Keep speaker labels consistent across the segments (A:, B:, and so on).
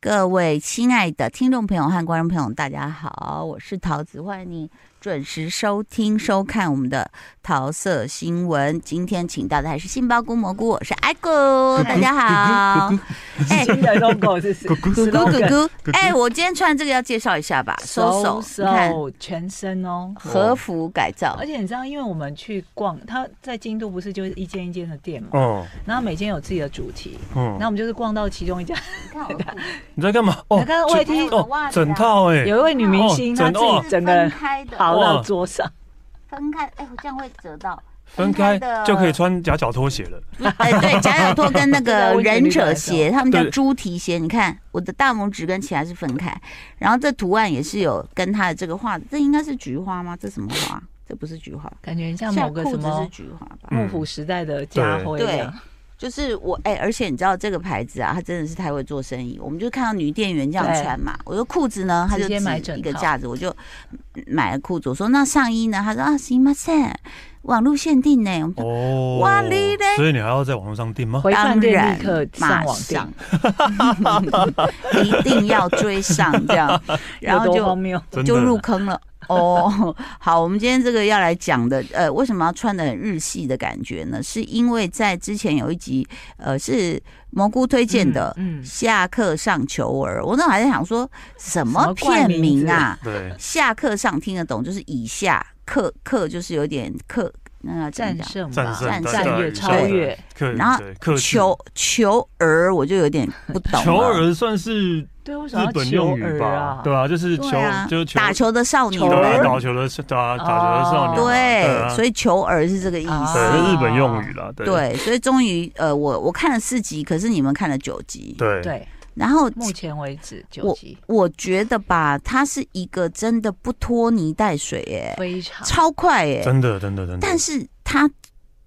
A: 各位亲爱的听众朋友和观众朋友，大家好，我是桃子，欢迎你准时收听、收看我们的桃色新闻。今天请到的还是杏鲍菇蘑菇，我是阿姑，大家好。哎，
B: 新的 logo 是 咕咕
A: 咕咕咕咕，哎，我今天穿这个要介绍一下吧，收手，你看
B: 手全身哦。
A: 和服改造
B: 而，且你知道，因为我们去逛，它在京都不是就是一间一间的店嘛，
C: 哦
B: 然后每间有自己的主题，
C: 哦
B: 那，我们就是逛到其中一家，
A: 哦你看我
C: 你在干嘛？哦，
B: 你看外 T
C: 整哦，整套哎，
B: 有一位女明星，
C: 哦
B: 她
C: 整
B: 自 己整个
A: 分
B: 人
A: 开的，
B: 跑到桌上，
A: 分开，哎，我这样会折到。
C: 分开
A: 的
C: 就可以穿夹脚拖鞋了。
A: 哎，对，夹脚拖跟那个忍者鞋，他们叫
C: 对
A: 猪蹄鞋。你看我的大拇指跟其他是分开，然后这图案也是有跟它的这个画，这应该是菊花吗？这什么花？这不是菊花，
B: 感觉像
A: 下
B: 某个
A: 裤
B: 什
A: 子是
B: 么
A: 菊花吧？
C: 嗯
B: 幕府时代的家徽一样。
A: 就是我哎、而且你知道这个牌子啊，它真的是太会做生意。我们就看到女店员这样穿嘛，我说裤子呢，他就
B: 直接买
A: 指
B: 整
A: 一个
B: 套
A: 架子，我就买了裤子。我说那上衣呢？他说啊，行吗？塞，网络限定呢、我们
C: 哦，
A: 哇你嘞
C: 所以你还要在网络上订吗？
B: 回饭
A: 当
B: 店
A: 然
B: 立刻上网订，
A: 一定要追上这 样，然后
B: 有多荒
A: 就
B: 谬！
C: 真的
A: 就入坑了。哦， 好，我们今天这个要来讲的，呃，为什么要穿的很日系的感觉呢？是因为在之前有一集，呃，是蘑菇推荐的
B: 嗯
A: 《下课上求儿》，我那时候还在想说什
B: 什
A: 么
B: 么怪
A: 片名啊？
C: 对，
A: 下课上听得懂，就是以下课课就是有点课那个怎么
B: 战
A: 讲
B: 胜吧，
C: 战胜
A: 战
C: 对
B: 战越
C: 对
B: 超越，
C: 克
A: 然后
C: 对克制
A: 求求儿，我就有点不懂了。
C: 求儿算是日
B: 对，为什么要
C: 本
B: 求
C: 用
B: 儿
C: 语
B: 啊
C: 吧？？对啊，就是求
A: 对啊，
C: 就是求
A: 打球的少女
B: 球
C: 对
B: 儿
C: 啊
A: 们，
C: 打球的打打球的少年嘛，对
A: 对，
C: 啊
A: 所以求儿是这个意
C: 对
B: 啊
A: 思。
C: 是日本用语了，对
A: 对，所以终于，呃，我我看了四集，可是你们看了九集。
C: 对
B: 对，
A: 然后
B: 目前为止九集
A: 我觉得吧，它是一个真的不拖泥带水、耶，
B: 非常
A: 超快、耶。
C: 真的真的真的，
A: 但是它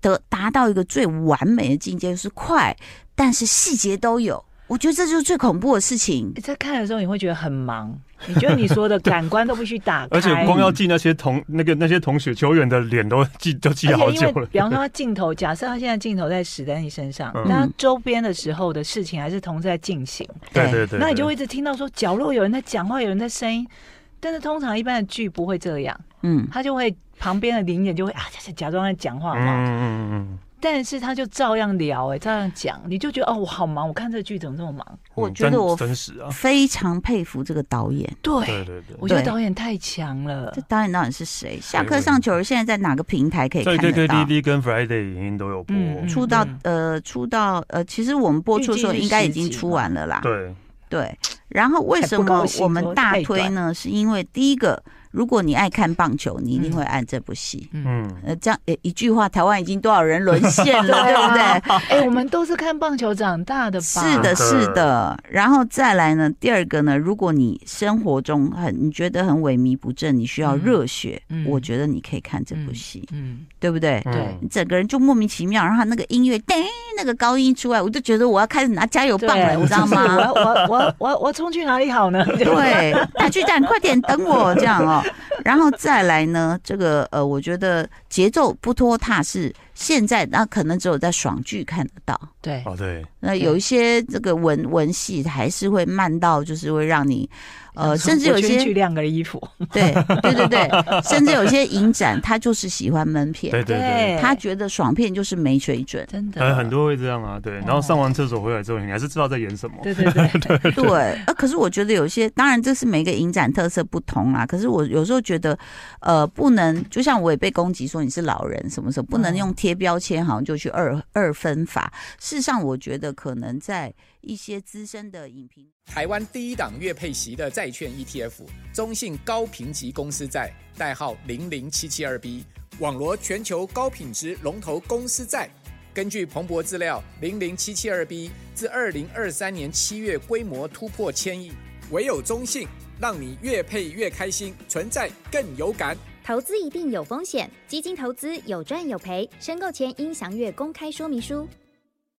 A: 的达到一个最完美的境界，就是快，但是细节都有。我觉得这就是最恐怖的事情
B: 你。在看的时候，你会觉得很忙，你觉得你说的感官都必须打开，
C: 而且光要记那些同那个那些同学球员的脸都记都记好
B: 而且
C: 久
B: 因为
C: 了，
B: 比方说他镜头，假设他现在镜头在史丹利身上，
C: 嗯
B: 那、周边的时候的事情还是同时在进行，
C: 对对对，
B: 那你就会一直听到说角落有人在讲话，有人在声音，但是通常一般的剧不会这样，
A: 嗯，
B: 他就会旁边的灵眼就会啊假装在讲话
C: 嗯
B: 嘛，
C: 嗯嗯嗯。
B: 但是他就照样聊、哎，照样讲，你就觉得哦，我好忙，我看这剧怎么这么忙？
A: 我
C: 嗯
A: 觉得
C: 真
A: 我
C: 真实啊，
A: 非常佩服这个导演。
B: 对，
C: 对对对，
B: 我觉得导演太强了
A: 这。导演到底是谁？下课上球儿现在在哪个平台可以看
C: 在
A: 得到？
C: KKTV 跟 Friday 影音都有播，
B: 嗯嗯
A: 出到呃，出到呃，其实我们播出的时候应该已经出完了啦。
C: 对，
A: 对，然后为什么我们大推呢？是因为第一个，如果你爱看棒球，你一定会爱这部戏。
C: 嗯，
A: 呃，这样呃一句话，台湾已经多少人沦 陷了，对不对？
B: 哎、我们都是看棒球长大的吧？
A: 是的，
C: 的
A: 是的。然后再来呢，第二个呢，如果你生活中很你觉得很萎靡不振，你需要
B: 嗯
A: 热血，
B: 嗯
A: 我觉得你可以看这部戏，
B: 嗯，
A: 对不对？
C: 嗯
A: 你整个人就莫名其妙，然后他那个音乐，噔，那个高音一出来，我就觉得我要开始拿加油棒了，你知道
B: 我
A: 吗？
B: 要我要我要我要我要冲去哪里好呢？
A: 对，大巨蛋，快点等我这样哦。然后再来呢，这个呃，我觉得节奏不拖沓是现在那可能只有在爽剧看得到。
B: 对，
C: 哦对，
A: 那有一些这个文文戏还是会慢到，就是会让你，呃，甚至有
B: 我先去
A: 些
B: 晾个衣服，
A: 对对对 对，甚至有些影展他就是喜欢闷片，
C: 对对对，
A: 他觉得爽片就是没水准。
B: 真的
C: 呃很，多会这样啊，对，然后上完厕所回来之后，你还是知道在演什么，
B: 哦对对 对，
A: 对，呃，可是我觉得有些，当然这是每个影展特色不同啦。可是我有时候觉得，呃，不能就像我也被攻击说你是老人什么时候，不能
B: 嗯
A: 用贴标签，好像就去二二分法。事实上，我觉得可能在一些资深的影评。
D: 台湾第一档月配息的债券 ETF，中信高评级公司债，代号零零七七二 B，网罗全球高品质龙头公司债。根据彭博资料，零零七七二 B 自二零二三年七月规模突破千亿，唯有中信让你越配越开心，存在更有感。
E: 投资一定有风险，基金投资有赚有赔，申购前应详阅公开说明书。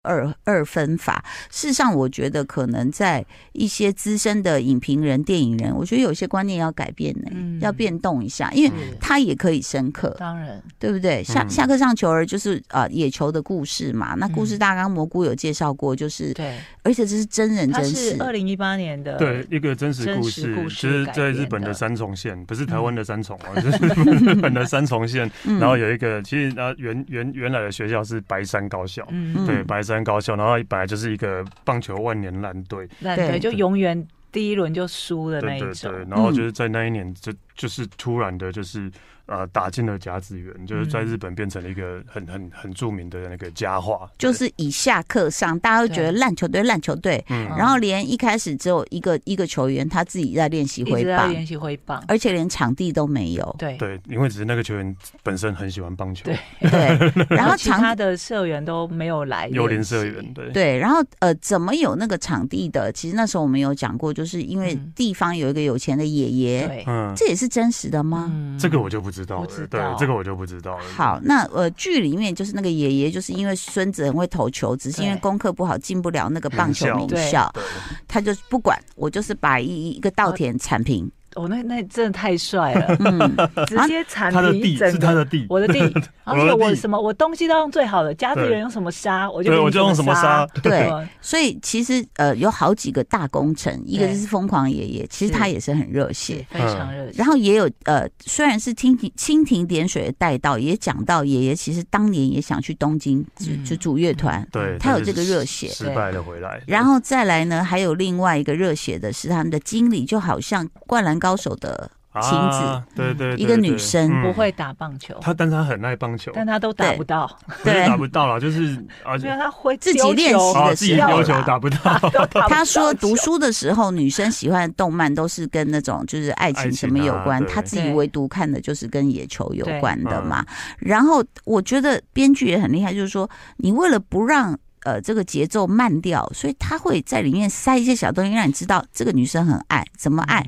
A: 二二分法。事实上，我觉得可能在一些资深的影评人、电影人，我觉得有些观念要改变呢、
B: 嗯
A: 要变动一下，因为
B: 是
A: 它也可以深刻。
B: 当然，
A: 对不对？下
C: 嗯
A: 下课上球儿就是呃野球的故事嘛。那故事大纲蘑菇有介绍过，就是、
B: 嗯对，
A: 而且这是真人
B: 它
A: 真
B: 是
A: 事，
B: 二零一八年的，
C: 对，，一个真实
B: 真
C: 故
B: 实
C: 事，
B: 故
C: 就
B: 事
C: 是
B: 改
C: 在
B: 编
C: 日本
B: 的嗯
C: 的三重县，不是台湾的三重哦，就是日本的三重 县。
A: 嗯
C: 然后有一个，其实它原原原来的学校是白山高校，
B: 嗯，
C: 对，
A: 嗯
C: 白山高校，然后本来就是一个棒球万年烂队，
B: 烂
A: 对
B: 队就永远第一轮就输的那
C: 对
B: 一
C: 对
B: 种
C: 对，，然后就是在那一年就就是突然的，就是呃打进了甲子园，就是在
B: 嗯
C: 日本变成了一个很很很著名的那个佳话，
A: 就是以下课上，大家会觉得烂球队烂球队，
C: 嗯
B: 嗯
A: 然后连一开始只有一个一个球员他自己在练习
B: 一
A: 挥
B: 直在
A: 棒，
B: 练习挥棒，
A: 而且连场地都没有。
B: 对
C: 对，因为只是那个球员本身很喜欢棒球，
B: 对
A: 对，然后
B: 其他
A: 场
B: 的社员都没有来练习，
C: 幽灵社员，对，
A: 对，然后呃，怎么有那个场地的？其实那时候我们有讲过，就是因为
B: 嗯
A: 地方有一个有钱的爷爷，
B: 对，
C: 嗯，
A: 这也是真实的吗？
B: 嗯
C: 这个我就不知道了
B: 不知，
C: 对
B: 道，
C: 这个我就不知道了。
A: 好，那呃，剧里面就是那个爷爷，就是因为孙子很会投球，只是因为
B: 对
A: 功课不好，进不了那个棒球
C: 名校
A: 名
B: 对
A: 校，
C: 对，
A: 他就不管，我就是把一一个稻田铲 平，，
B: 哦，那那真的太帅了
A: 嗯，
B: 直接铲
C: 他的
B: 平
C: 地
B: 整
C: 是
B: 个
C: 他的地，
B: 我的地， 而且
C: 我的
B: 我
C: 地
B: 什么，我东西都用最好的，家资
C: 对
B: 源用什么沙，我就
C: 对，
B: 给你
C: 我就用什么
B: 沙
C: 杀，，
A: 对，
B: 嗯
A: 所以其实呃有好几个大工程，一个
B: 对
A: 就是疯狂爷爷，其实他
B: 是
A: 也是很热
B: 是
A: 血。
B: 非
C: 嗯
B: 常热情
A: 然。后也有呃，虽然是蜻蜓蜻蜓点水的带到，也讲到爷爷其实当年也想去东京就
B: 嗯
A: 就组乐团，
C: 对，
A: 他有
C: 但
A: 这
C: 是
A: 个热血，
C: 失败了回来，
A: 然后再来呢，还有另外一个热血的是他们的经理，就好像《灌篮高手》的，晴子
C: 啊对对，对
A: 一个女
C: 对
A: 生
C: 嗯
B: 不会打棒球，
C: 他，但是他很爱棒球，
B: 但他都打不到，
C: 可是
A: 对
C: 打不到了，就是而
B: 因
C: 且
B: 为他会
A: 自己
B: 丢球
A: 练习
C: 啊
A: 的
C: 自己
A: 时候
C: 要求
A: 啦
C: 打不到，
B: 都打不到
A: 他说
B: 球
A: 读书的时候，女生喜欢的动漫都是跟那种就是爱情什么有关
C: 爱，情啊
A: 他自己
B: 对
A: 唯独看的就是跟野球有关的嘛。然后我觉得编剧也很厉害，就是说你为了不让。呃，这个节奏慢掉，所以他会在里面塞一些小东西，让你知道这个女生很爱，怎么爱。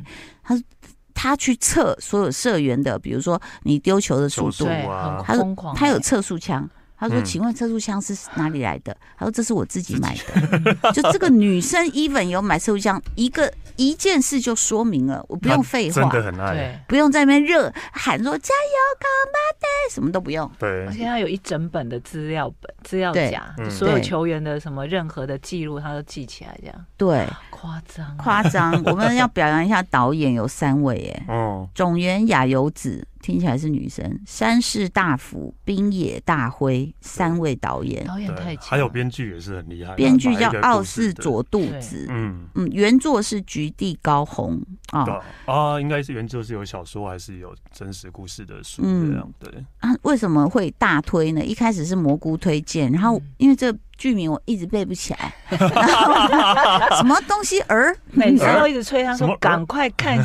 A: 他去测所有社员的，比如说你丢球的速
C: 球
A: 度
C: 速，
B: 对，
C: 啊
A: 他
B: 很疯狂欸，
A: 他有测速枪。他说：“
C: 嗯
A: 请问测速枪是哪里来的？”他说：“这是我自己买 的。”就这个女生 even 有买测速枪，一个一件事就说明了，我不用废
C: 啊真
A: 话，
C: 的很爱，
B: 对，
A: 不用在那边热喊说加油，干嘛的，什么都不用。
C: 对
B: 而，且他有一整本的资料本、资料夹，
C: 对嗯
B: 就所有
A: 对
B: 球员的什么任何的记录，他都记起来，这样
A: 对，
B: 夸张啊，
A: 夸张。我们要表扬一下导演，有三位耶：
C: 哦，
A: 种原雅由子，听起来是女生；山市大辅、冰野大辉，三位导演。
B: 导演太
C: 对，
B: 强，
C: 还有编剧也是很厉害，啊
A: 编剧
C: 嗯把一
A: 叫
C: 个故
A: 奥
C: 事
A: 斯
C: 的，
A: 佐杜
B: 对
A: 子，
C: 嗯。
A: 嗯，原作是菊地高红啊、
C: 对啊，应该是原作是有小说还是有真实故事的书
A: 嗯
C: 这样？对，
A: 啊，为什么会大推呢？一开始是蘑菇推荐，然后
B: 嗯
A: 因为这剧名我一直背不起来， 然后什么东西儿，
C: 嗯
B: 每次都一直催他
C: 什
B: 说
C: 么
B: 赶快 看，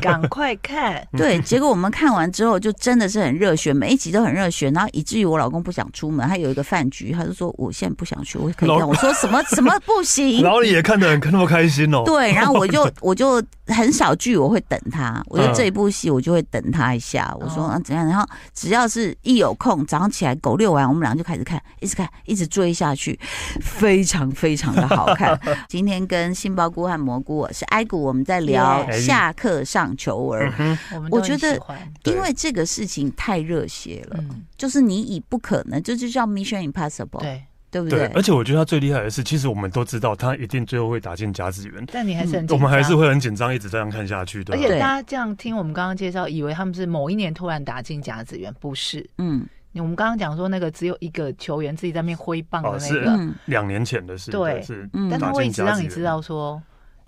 B: 赶快看，
A: 对，结果我们看完之后就真的是很热血，每一集都很热血，然后以至于我老公不想出门，他有一个饭局，他就说我现在不想去，我可以
C: 老
A: 看，我说什么什么不行
C: 然。后你也看得很那么开心哦。
A: 对，然后我就我就很少剧，我会等他。我就
C: 嗯
A: 这一部戏，我就会等他一下。我说、
B: 哦
A: 啊、怎样，然后只要是一有空，早上起来狗遛完，我们俩就开始看，一直看，一直追下去，非常非常的好看。今天跟杏鲍菇和蘑菇，我是艾谷，我们在聊
C: Yeah
A: 下课上球儿，
B: 我们
A: 我
B: 都
A: 觉
B: 很
A: 得
B: 喜欢，
A: 因为这个事情太热血了，
B: 嗯，
A: 就是你以不可能，这就叫 Mission Impossible，对
B: 对，
A: 不
C: 对
A: 对，？
C: 而且我觉得他最厉害的是，其实我们都知道他一定最后会打进甲子园，
B: 但你还是很，
C: 嗯我们还是。会哦很紧张，一直这样看下去的。
B: 而
C: 对啊
B: 且
A: 对
B: 大家这样听我们刚刚介绍，以为他们是某一年突然打进甲子园，不是。
A: 嗯
B: 我们刚刚讲说那个只有一个球员自己在那边挥棒的
C: 哦
B: 那
C: 是
B: 个，
A: 嗯
C: 两年前的事，
B: 对
C: 是
A: 嗯
B: 但
C: 打
B: 他会一
C: 进
B: 直
C: 甲
B: 让
C: 子
B: 你
C: 园
B: 知道说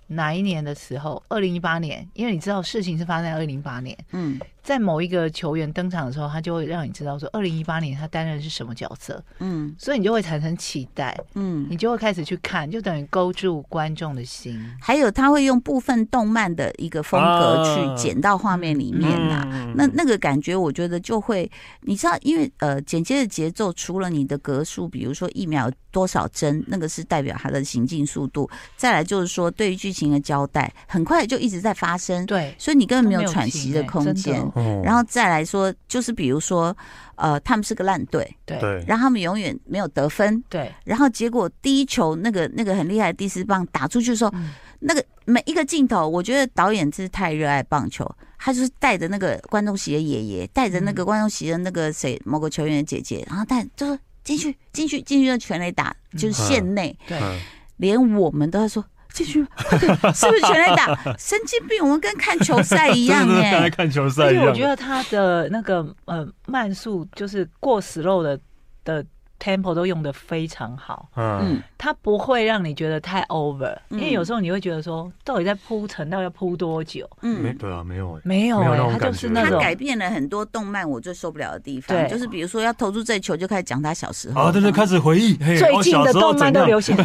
B: 哪一年的时候，二零一八年，因为你知道事情是发生在二零一八年，
A: 嗯
B: 在某一个球员登场的时候，他就会让你知道说二零一八年他担任是什么角色，
A: 嗯
B: 所以你就会产生期待，
A: 嗯
B: 你。就会开始去看，就等于勾住观众的心。
A: 还有他会用部分动漫的一个风格
C: 啊
A: 去剪到画面里面呐、
C: 嗯
A: 那那个感觉，我觉得就会，你知道，因为呃，剪接的节奏除了你的格数，比如说一秒多少帧，那个是代表它的行进速度。再来就是说，对于剧情的交代，很快就一直在发生，
B: 对，
A: 所以你根本没
C: 嗯
B: 都没
A: 有
B: 有
A: 喘
B: 停
A: 息的
B: 欸
A: 空
B: 真的
A: 间。
C: 哦
A: 然后再来说，就是比如说，呃，他们是个烂队，
B: 对
C: 对，
A: 然后他们永远没有得分，
B: 对，
A: 然后结果第一球那个那个很厉害的第四棒打出去的时候，
B: 嗯
A: 那个每一个镜头，我觉得导演真是太热爱棒球，他就是带着那个关东席的爷爷，带着那个关东席的那个谁某个球员的姐姐，然后带就说进去 进去进去的全垒打，就是县内、
B: 对
C: 嗯，
A: 连我们都在说。进 去吧，快点是不是全垒打？神经病！我们跟看球赛一样
C: 真的是
A: 哎、
C: 跟在看球赛
B: 而
C: 一
B: 且
C: 样。
B: 我觉得他的那个呃慢速就是过 slow 的的 tempo 都用的非常好，
A: 嗯
C: 嗯，，
B: 他不会让你觉得太 over，、
A: 嗯
B: 因为有时候你会觉得说到底在铺陈到底要铺多久？
C: 没
A: 嗯，
C: 对啊，没有哎，
B: 没有、
C: 没有
B: 欸，
C: 那种
B: 他就
C: 感
B: 是
C: 觉
B: 那
A: 他
B: 种
A: 改变了很多动漫我最受不了的地方，
B: 对
A: 就是比如说要投出这球，就开始讲他小时候。
C: 啊，对对，开始回忆，嘿
B: 最
C: 我
B: 近
C: 小
B: 的
C: 时候
B: 动
C: 怎
B: 漫都
C: 样
B: 流行，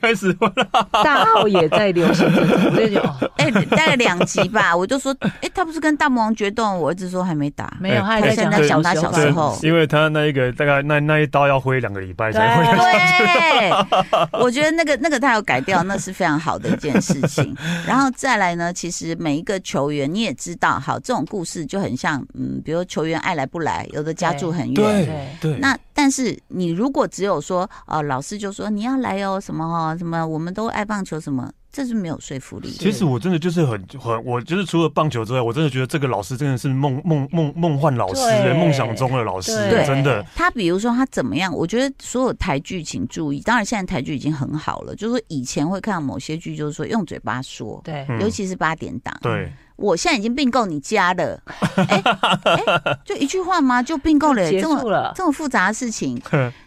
C: 开始
B: 大号也在流行这种，这就、哦、
A: 哎、大概两集吧，我就说，哎、他不是跟大魔王决斗，我儿子说还没打，
B: 没
C: 哎
B: 有，他还在讲
A: 他
B: 他
A: 现在讲他
B: 时候
A: 小时候
C: 对因为他那一个大概那那一刀要挥两个礼拜才
B: 对
C: 会。
A: 对，我觉得那个那个他有改掉，那是非常好的一件事情。然后再来呢，其实每一个球员你也知道，好，这种故事就很像，嗯，比如球员爱来不来，有的家住很远。
C: 对对，
A: 那但是你如果只有说，呃，老师就说你要来哦，什么哦，什么，我们都爱棒球，什么，这是没有说服力的。
C: 其实我真的就是很很，我就是除了棒球之外，我真的觉得这个老师真的是梦梦梦梦幻老师、
B: 对
C: 梦想中的老师，
A: 对
C: 真的。
A: 他比如说他怎么样，我觉得所有台剧请注意，当然现在台剧已经很好了，就是说以前会看到某些剧，就是说用嘴巴说。
B: 对
C: 嗯
A: 尤其是八点档，
C: 对，
A: 我现在已经并购你家了， 哎、哎就一句话吗？就并购了耶，
B: 结
A: 这
B: 束
A: 么
B: 了，
A: 这么复杂的事情，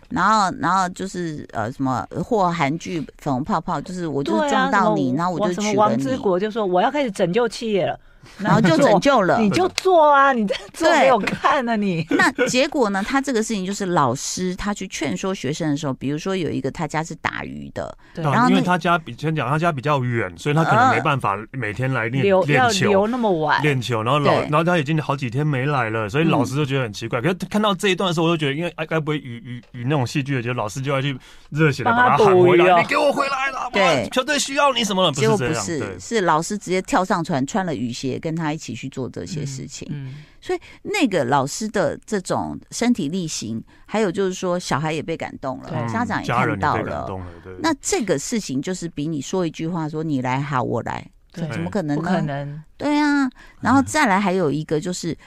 A: 然后然后就是呃什么或韩剧《粉红泡泡》，就是我就是
B: 对啊
A: 撞到你，
B: 什么
A: 然后我就
B: 什
A: 娶
B: 么
A: 了
B: 王
A: 你
B: 之，国就说我要开始拯救企业了，
A: 然后 就
B: 做
A: 拯救了
B: 你。就做啊，你在做
A: 对
B: 没有看啊你。
A: 那结果呢？他这个事情就是老师他去劝说学生的时候，比如说有一个他家是打鱼的，
B: 对
A: 然后
C: 啊因为
A: 那
C: 他家比先讲他家比较远，所以他可能
A: 嗯
C: 没办法每天来练
B: 留要
C: 练
B: 留
C: 球。
B: 那么晚，
C: 练球，然后老，
A: 哎对
C: 然后他已经好几天没来了，所以
A: 嗯
C: 老师就觉得很奇怪。可是看到这一段的时候，我就觉得，因为哎该该不会与与与那种戏剧的，就老师就要去热血的
B: 帮他
C: 把他喊
B: 捕
C: 回
B: 鱼哦
C: 来，你给我回来了，不然
A: 对
C: 球队需要你什么了？不
A: 结
C: 是
A: 果
C: 这
A: 不
C: 样，对
A: 是，是老师直接跳上船，穿了雨鞋，跟他一起去做这些事情。
B: 嗯，
A: 所以那个老师的这种身体力行，还有就是说小孩也被感动了，
B: 对
A: 家长也
C: 嗯家
A: 看
C: 人也
A: 到
C: 被感
A: 了。
C: 动了，对。
A: 那这个事情就是比你说一句话说你来好我来，
B: 对，
A: 怎么可能
B: 不
A: 呢？
B: 可能，
A: 对啊，然后
C: 嗯
A: 再来还有一个就是。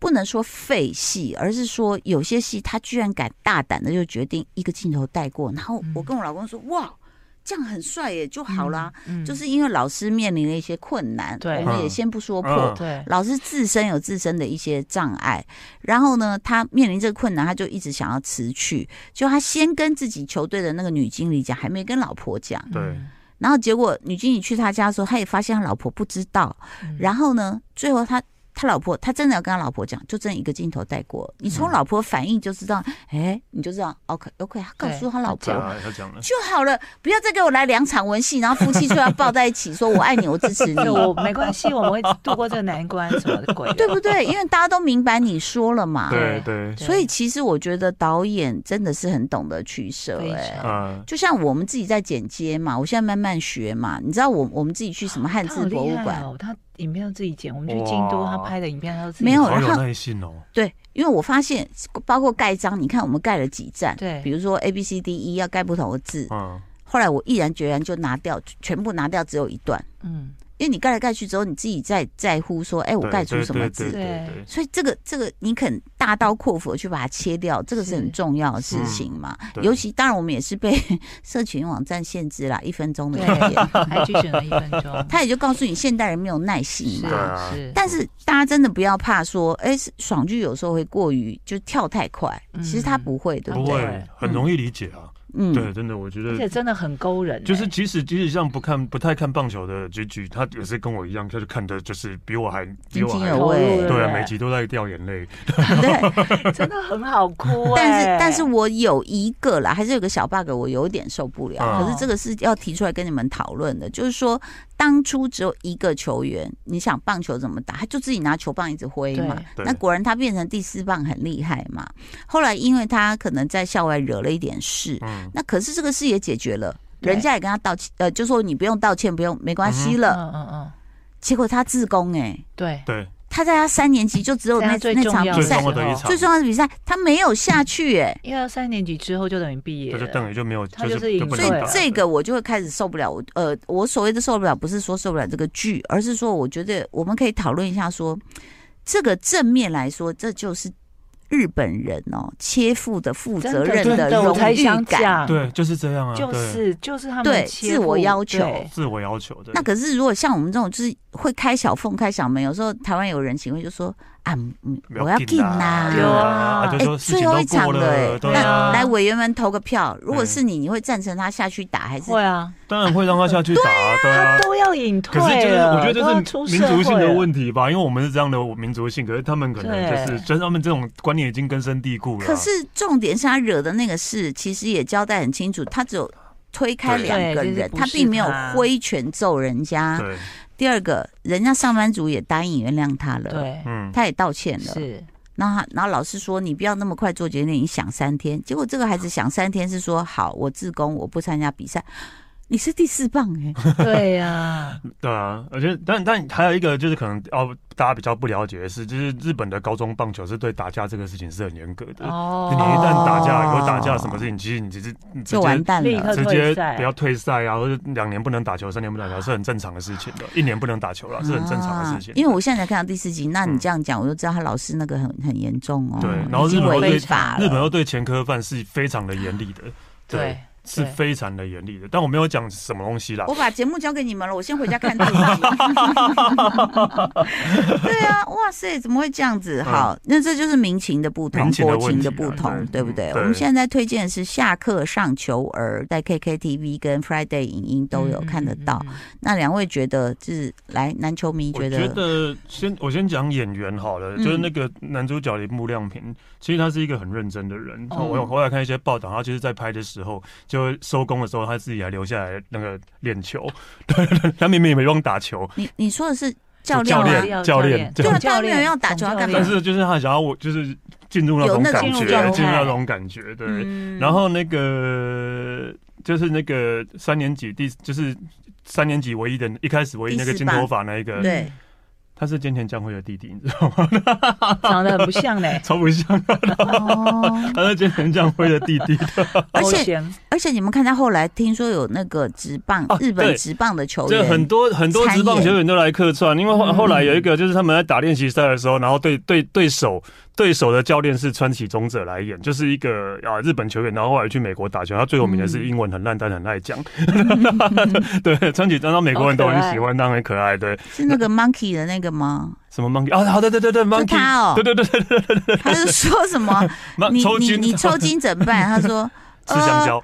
A: 不能说废戏，而是说有些戏他居然敢大胆的就决定一个镜头带过，然后我跟我老公说：“哇，这样很帅耶，就好啦。
B: 嗯
A: 就是因为老师面临了一些困难，
B: 对
A: 我们也先不说破。
C: 嗯
B: 对，
A: 老师自身有自身的一些障碍，然后呢，他面临这个困难，他就一直想要辞去。就他先跟自己球队的那个女经理讲，还没跟老婆讲。
C: 对
B: 嗯
A: 然后结果女经理去他家的时候，他也发现他老婆不知道。
B: 嗯
A: 然后呢，最后他他老婆，他真的要跟他老婆讲，就真一个镜头带过。你从老婆反应就知道，哎，你就知道，OK OK，他告诉他老
C: 对
A: 婆
C: 啊，他讲了，
A: 就好了，不要再给我来两场文戏，然后夫妻就要抱在一起，说我爱你，我支持你。
B: 就 我没关系，我们会度过这个难关什么的鬼的，
A: 对不对？因为大家都明白你说了嘛，
C: 对对，
A: 所以其实我觉得导演真的是很懂得取舍、
B: 非
A: 哎。
B: 常
C: 嗯，
A: 就像我们自己在剪接嘛，我现在慢慢学嘛。你知道我我们自己去什么汉
B: 啊他好
A: 字
B: 厉
A: 博物
B: 害
A: 馆？
B: 哦，他影片都自己剪，我们去京都，
C: 哇
B: 他拍的影片他都自己
A: 没有
C: 好
A: 然
C: 有
A: 后
C: 耐心哦，
A: 对，因为我发现包括盖章，你看我们盖了几站，
B: 对
A: 比如说 A B C D E 要盖不同的字，
C: 嗯，
A: 后来我毅然决然就拿掉，全部拿掉，只有一段，
B: 嗯，
A: 因为你盖来盖去之后，你自己在在乎说，哎，我
C: 对
A: 盖出什么
C: 对
A: 字
C: 对？对对
A: 所以这个这个你肯大刀阔斧地去把它切掉，这个是很重要的事情嘛。
C: 对
A: 尤其当然我们也是被 社群网站限制啦，一分钟的
B: 对
A: 语言，
B: 还去选了一分钟，
A: 他也就告诉你现代人没有耐性
B: 是
A: 嘛
C: 对。啊
B: 是，
A: 但是大家真的不要怕说，哎、是爽剧有时候会过于就跳太快，
B: 嗯
A: 其实他不会，对
C: 对，不
A: 不对？
C: 会很容易理解啊，对，
A: 嗯，
C: 真的，我觉
B: 而且
C: 得。
B: 真的很勾人欸，
C: 就是即使即使像不看不太看棒球的菊菊，他也是跟我一样，他就看的就是比我还比
A: 津
C: 我
A: 津
C: 还
A: 有
B: 投入
A: 味
C: 对
B: 了，对
C: 啊，每集都在掉眼泪。
A: 对。
B: 真的很好哭欸，
A: 但是，但是我有一个啦，还是有个小 bug，我有点受不了。
C: 嗯
A: 可是这个是要提出来跟你们讨论的，就是说，当初只有一个球员，你想棒球怎么打，他就自己拿球棒一直挥嘛。
C: 对
A: 那果然他变成第四棒很厉害嘛。后来因为他可能在校外惹了一点事，
C: 嗯，
A: 那可是这个事也解决了。
B: 对
A: 人家也跟他道歉，呃，就说你不用道歉，不用没关系
B: 嗯
A: 了。
B: 嗯嗯，
A: 结果他自宫哎、
B: 对，
C: 对，
A: 他在他三年级就只有
B: 在
A: 那
B: 他最
A: 那
B: 重
A: 场
B: 要
A: 比
C: 最
A: 赛
C: 重要的一
B: 赛
C: 场，
A: 最重要的比赛，他没有下去哎、
B: 因为他三年级之后就等于毕业
C: 这就
B: 了，
C: 等于就没有，
B: 他就是
C: 是就
B: 赢
C: 不
A: 所
C: 能
A: 以
B: 对
C: 打。
A: 这个我就会开始受不了。我呃，我所谓的受不了，不是说受不了这个剧，而是说我觉得我们可以讨论一下说，这个正面来说，这就是日本人哦切腹的负责任
C: 真的对
A: 荣
C: 我
B: 才
A: 誉
B: 想
A: 感。
B: 讲，
C: 对，就是这样啊，
B: 就
C: 对
B: 是就是他们
A: 对
B: 的切
A: 自我
B: 入
A: 要求
B: 对
C: 自我要求的。
A: 那可是如果像我们这种就是会开小缝、开小门，有时候台湾有人请会就说啊，嗯
C: 没有
A: 我要
C: 劲
A: 进呐、
B: 对啊
C: 就
A: 哎
C: 说事
A: 最
C: 情
A: 后
C: 都
A: 一场
C: 过
A: 了哎
C: 了，对
A: 那
C: 啊，
A: 来委员们投个票。如果
C: 嗯
A: 是你，你会赞成他下去打还是
B: 会啊，
C: 当然会让他下去打啊，对啊。
B: 都要隐退
C: 可是就是
B: 了
C: 我觉得
B: 都要
C: 这
B: 出
C: 是民
B: 社
C: 族性
B: 会
C: 的
B: 了
C: 问题吧，因为我们是这样的民族性，可是他们可能就是，
B: 对
C: 就是他们这种观念已经根深蒂固了啊。
A: 可是重点是他惹的那个事，其实也交代很清楚，他只有推开
C: 对
A: 两个
B: 对就是
A: 人，
B: 不
A: 他
B: 是
A: 并没有
B: 他
A: 挥拳揍人家。
C: 对，
A: 第二个，人家上班族也答应原谅他了，
B: 对，
C: 嗯，
A: 他也道歉了。
B: 是
A: 然后他，然后老师说你不要那么快做决定，你想三天。结果这个孩子想三天是说好，我自宫，我不参加比赛。你是第四棒 哎、
B: 对呀，
C: 对啊，而且但但还有一个就是可能哦，大家比较不了解的是，就是日本的高中棒球是对打架这个事情是很严格的。
B: 哦
C: 你一旦打架，有打架什么事情，其实你只是你直接
A: 就完蛋
B: 立
A: 了
B: 刻。
C: 直
B: 退
C: 接
B: 赛
C: 不要退赛啊，或者两年不能打球，三年不能打球是很正常的事情的，一年不能打球了是很正常的事情。
A: 啊因为我现在才看到第四集，那你
C: 嗯
A: 这样讲，我就知道他老师那个很很严重哦，
C: 对然后
A: 已经
C: 日本
A: 违
C: 对
A: 法了。
C: 日本又对前科犯是非常的严厉的，
B: 对，
C: 是非常的严厉的。但我没有讲什么东西啦
A: 我，把节目交给你们了，我先回家看 电影。对啊，哇塞，怎么会这样子？好，那这就是民情的不同，
C: 嗯民情的
A: 国
C: 问题啊
A: 情的不同，
C: 对
A: 对不对？我
C: 嗯对
A: 们现在推荐的是下课上球儿，在 KKTV 跟 Friday 影音都有
B: 嗯
A: 看得到。，
B: 嗯嗯嗯
A: 那两位觉得，就是来男球迷
C: 我
A: 觉
C: 觉
A: 得，
C: 得先我先讲演员好了，就是
A: 嗯
C: 那个男主角铃木亮平，其实他是一个很认真的人。
B: 哦
C: 我有后来看一些报道，他就是在拍的时候，就收工的时候，他自己还留下来那个练球。对， 他明明也没用打球，
A: 你你说的是教练
C: 教
A: 吗？
C: 练教练
A: 对啊
B: 总
A: 他没有要打球要干嘛
C: 但是就是他想要我就是进入那
A: 啊有
C: 种
A: 那种
C: 感觉，
B: 进入状态
C: 进入那种感觉，对。
A: 嗯
C: 然后那个就是那个三年级第就是三年级唯一的一开始唯一那个
A: 第四
C: 金
A: 棒
C: 头发那一个，
A: 对，
C: 他是菅田将晖的弟弟，你知道吗？，
B: 长得很不像嘞
C: 超不像，
A: 哦，
C: 他是菅田将晖的弟 弟。
A: 而且
B: 欧贤
A: 而且你们看他后来听说有那个职棒
C: 哦
A: 日本
C: 对
A: 职棒的球
C: 这
A: 员，
C: 很多很多职棒球员都来客串，因为后
B: 嗯
C: 后来有一个就是他们在打练习赛的时候，然后对对对手对手的教练是川崎宗者来演，就是一个啊日本球员，然后后来去美国打球，他最有名的是英文很烂，但很爱讲。 对，川崎，然后美国人都很喜欢，当然很可爱。对，
A: 是那个 Monkey 的那个吗？
C: 什么 monkey 啊，好的，对对对
A: 是
C: ，monkey，
A: 他哦
C: 对，对对对对对对，
A: 他是说什么？
C: 那
A: 你
C: 抽
A: 你
C: 筋
A: 你抽筋怎么办？他说 呃
C: 吃香蕉，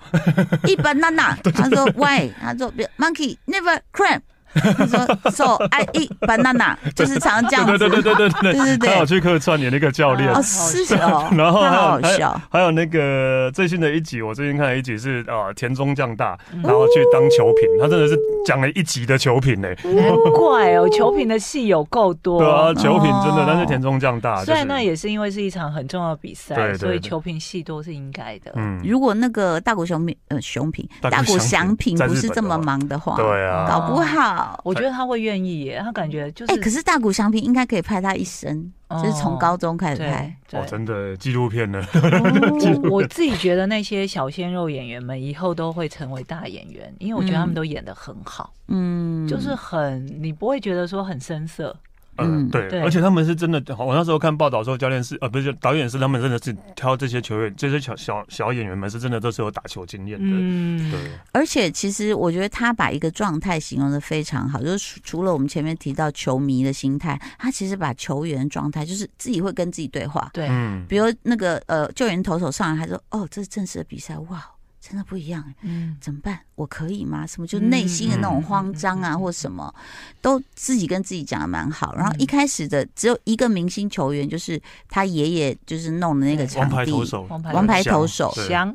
A: 一 banana，他说 why？他说 monkey never cramp。他说 so I eat banana，就是常常这样
C: 对
A: 子。
C: 对对对对
A: 对
C: 对
A: 对对
C: 他有去客串演那个教练
A: 哦，
B: 对
A: 是哦，
C: 然后
A: 那
C: 还有
A: 好好笑。
C: 还有那个最新的一集，我最近看了一集是啊、呃田中将大，
B: 嗯
C: 然后去当球评，他真的是讲了一集的球评呢、
B: 难怪哦，球评的戏有够多，
C: 对啊，球评真的
A: 哦，
C: 但是田中将大，
B: 虽然
C: 就是
B: 那也是因为是一场很重要的比赛，
C: 对对对
B: 所以球评戏多是应该的。
C: 嗯，
A: 如果那个大谷熊平呃熊平
C: 大谷
A: 大谷翔
C: 翔
A: 平
C: 平
A: 不是这么
C: 在日本的话
A: 忙的话，
C: 对啊，
A: 搞不好。
B: 我觉得他会愿意耶，他感觉就是哦
A: 哎，可是大谷翔平应该可以拍他一生，就是从高中开始
B: 对
A: 拍。
B: 对
C: 哦，，真的纪录片呢，
A: 哦
B: 我我自己觉得那些小鲜肉演员们以后都会成为大演员，因为我觉得他们都演的很好，
A: 嗯，
B: 就是很你不会觉得说很生涩，
A: 嗯
C: 嗯，对
B: 对，
C: 而且他们是真的，我那时候看报道说，教练是呃，不是导演是他们真的是挑这些球员，这些小小小演员们是真的都是有打球经验的，
B: 嗯，
C: 对，
A: 而且其实我觉得他把一个状态形容的非常好，就是除除了我们前面提到球迷的心态，他其实把球员状态就是自己会跟自己对话，
B: 对，
C: 嗯，
A: 比如那个呃救援投手上来，他说：“哦，这是正式的比赛，哇，真的不一样，欸
B: 嗯，
A: 怎么办？我可以吗？什么就内心的那种慌张啊，
B: 嗯嗯嗯嗯
A: 或什么，都自己跟自己讲的蛮好。然后
B: 嗯
A: 一开始的只有一个明星球员，就是他爷爷就是弄的那个
B: 对
A: 场
C: 王牌
A: 地，
C: 投手，
B: 王牌
A: 王牌投
C: 翔
A: 手
C: 对
B: 香，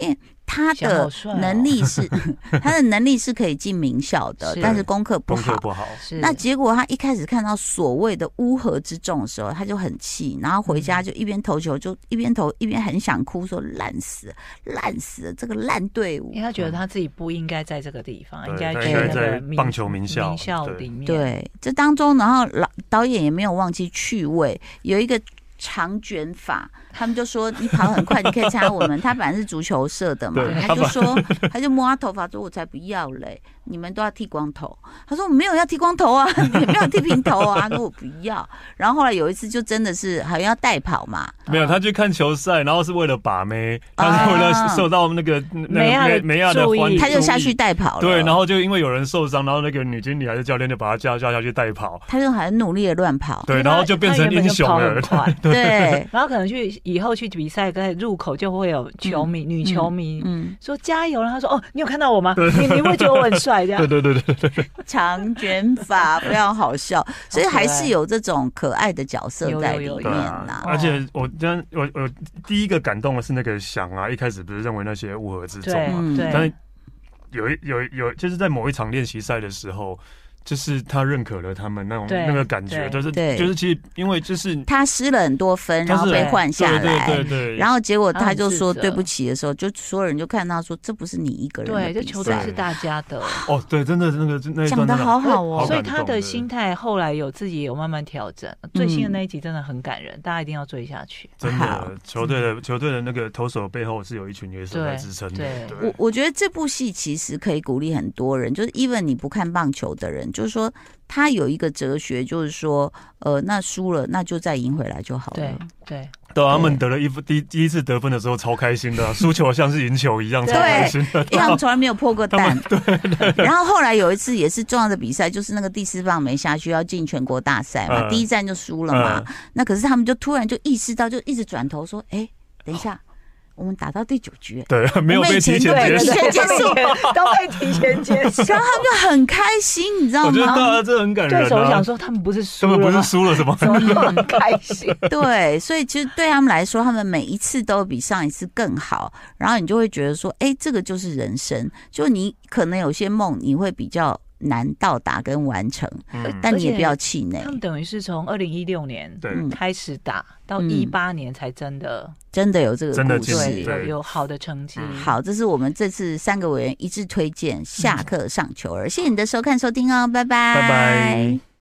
A: 他
B: 小好
A: 的
B: 帅哦
A: 能力 是、他的能力是可以进名校的，
B: 是
A: 但是功课不
C: 功
A: 好
C: 课。不好，
B: 是
A: 那结果他一开始看到所谓的乌合之众的时候，他就很气，然后回
B: 嗯
A: 家就一边投球，就一边投，一边很想哭，说烂死了，烂死了，这个烂队伍
B: 因为。他觉得他自己不应该在这个地方，
C: 嗯对
B: 应该
C: 他
B: 去
A: 应该
B: 那
C: 在
B: 个名
C: 棒球名校
B: 名校
C: 对
B: 里面。，
A: 对，这当中，然后老导演也没有忘记趣味，有一个长卷发，他们就说你跑很快，你可以参加我们。他本来是足球社的嘛
C: 对，
A: 他就说，他就摸他头发说，我才不要嘞，你们都要剃光头。他说我没有要剃光头啊， 也没有剃平头啊，他说我不要。然后后来有一次就真的是好像要代跑嘛，
C: 没有，他去看球赛，然后是为了把妹，他是为了受到那个那个
B: 梅亚的
C: 梅梅亚的
B: 注意
C: 欢迎，
A: 他就下去代跑了。
C: 对，然后就因为有人受伤，然后那个女经理还是教练就把他叫叫下去带跑，
A: 他就很努力的乱跑。
C: 对，
B: 因为他
C: 然后就变成英雄
B: 他原
C: 了
B: 本就。跑很快
A: 对，
B: 然后可能去以后去比赛，在入口就会有球迷、女球迷、
A: 嗯，
B: 说加油，然后他说哦，你有看到我吗？你你会觉得我很帅这样
C: 对？对对对对，
A: 长卷发非常好 笑，所以
B: 好可
A: 还
B: 爱
A: 是有这种可爱的角色
B: 有
A: 在
B: 有
A: 里
B: 有
A: 面
C: 对啊
A: 啦。
C: 而且我真我我第一个感动的是那个翔啊，一开始不是认为那些乌合之众
B: 对
C: 嘛，
A: 嗯
B: 对，
C: 但是有一有一有就是在某一场练习赛的时候。就是他认可了他们那种
B: 对
C: 那个感觉，
B: 对
C: 就是
A: 对
C: 就是其实因为就是
A: 他失了很多分，然后
C: 他是
A: 被换下来。
C: 对对对对，
A: 然后结果他就说
B: 他很自责
A: 对不起的时候，就所有人就看他说这不是你一个人
B: 对，
A: 的
B: 这
A: 比
B: 球队
A: 赛，
B: 是大家的，
C: 哦对，真的那个那一
A: 讲的
C: 段真的
A: 好好
C: 好
A: 哦。
B: 所以
C: 感
B: 他
C: 动
B: 的
C: 对
B: 心态后来有自己有慢慢调整。最新的那一集真的很感人，大家一定要追下去。
C: 真
A: 好
C: 的，球队的球队的那个投手背后是有一群野手在
B: 对
C: 支撑的。
B: 对
C: 对啊
A: 我我觉得这部戏其实可以鼓励很多人，就是 even 你不看棒球的人，就是说他有一个哲学，就是说呃，那输了那就再赢回来就好
C: 嗯
A: 了。
B: 对对，
C: 对啊，他们得了一分第第一次得分的时候超开心的啊，输球像是赢球一样超
B: 对
C: 开心的。啊
A: 因为他们从来没有破过蛋。然后后来有一次也是重要的比赛，就是那个第四棒没下去要进全国大赛嘛，
C: 嗯
A: 第一站就输了嘛。那可是他们就突然就意识到，就一直转头说：“哎，等一下，我们打到第九局。”
C: 对， 没有被提前
A: 我们以
C: 结
A: 前
C: 束
A: 对。 提前结束
B: 都被提前结束。
A: 然后他们就很开心，你知道
C: 我觉得大
A: 吗？
C: 家真的很感人
B: 对手
C: 啊
B: 想，说他们不是输
C: 根本
B: 了
C: 不是
B: 吗？
C: 输了什 么。
B: 怎么那么开心？
A: 对，所以其实对他们来说，他们每一次都比上一次更好。然后你就会觉得说，哎，这个就是人生。就你可能有些梦，你会比较难到达跟完成，
C: 嗯
A: 但你也
B: 而且
A: 不要气馁
B: 他。们等于是从二零一六年
C: 对，
A: 嗯
B: 开始打，到
A: 嗯
B: 一八年才真的
A: 真的有这个
C: 真的
A: 故
C: 其
A: 事
C: 实。
B: 对有
C: 对嗯
B: 有好的成绩。
A: 好，这是我们这次三个委员一致推荐下课上球儿，谢谢你的收看收听哦，拜拜，
C: 拜拜。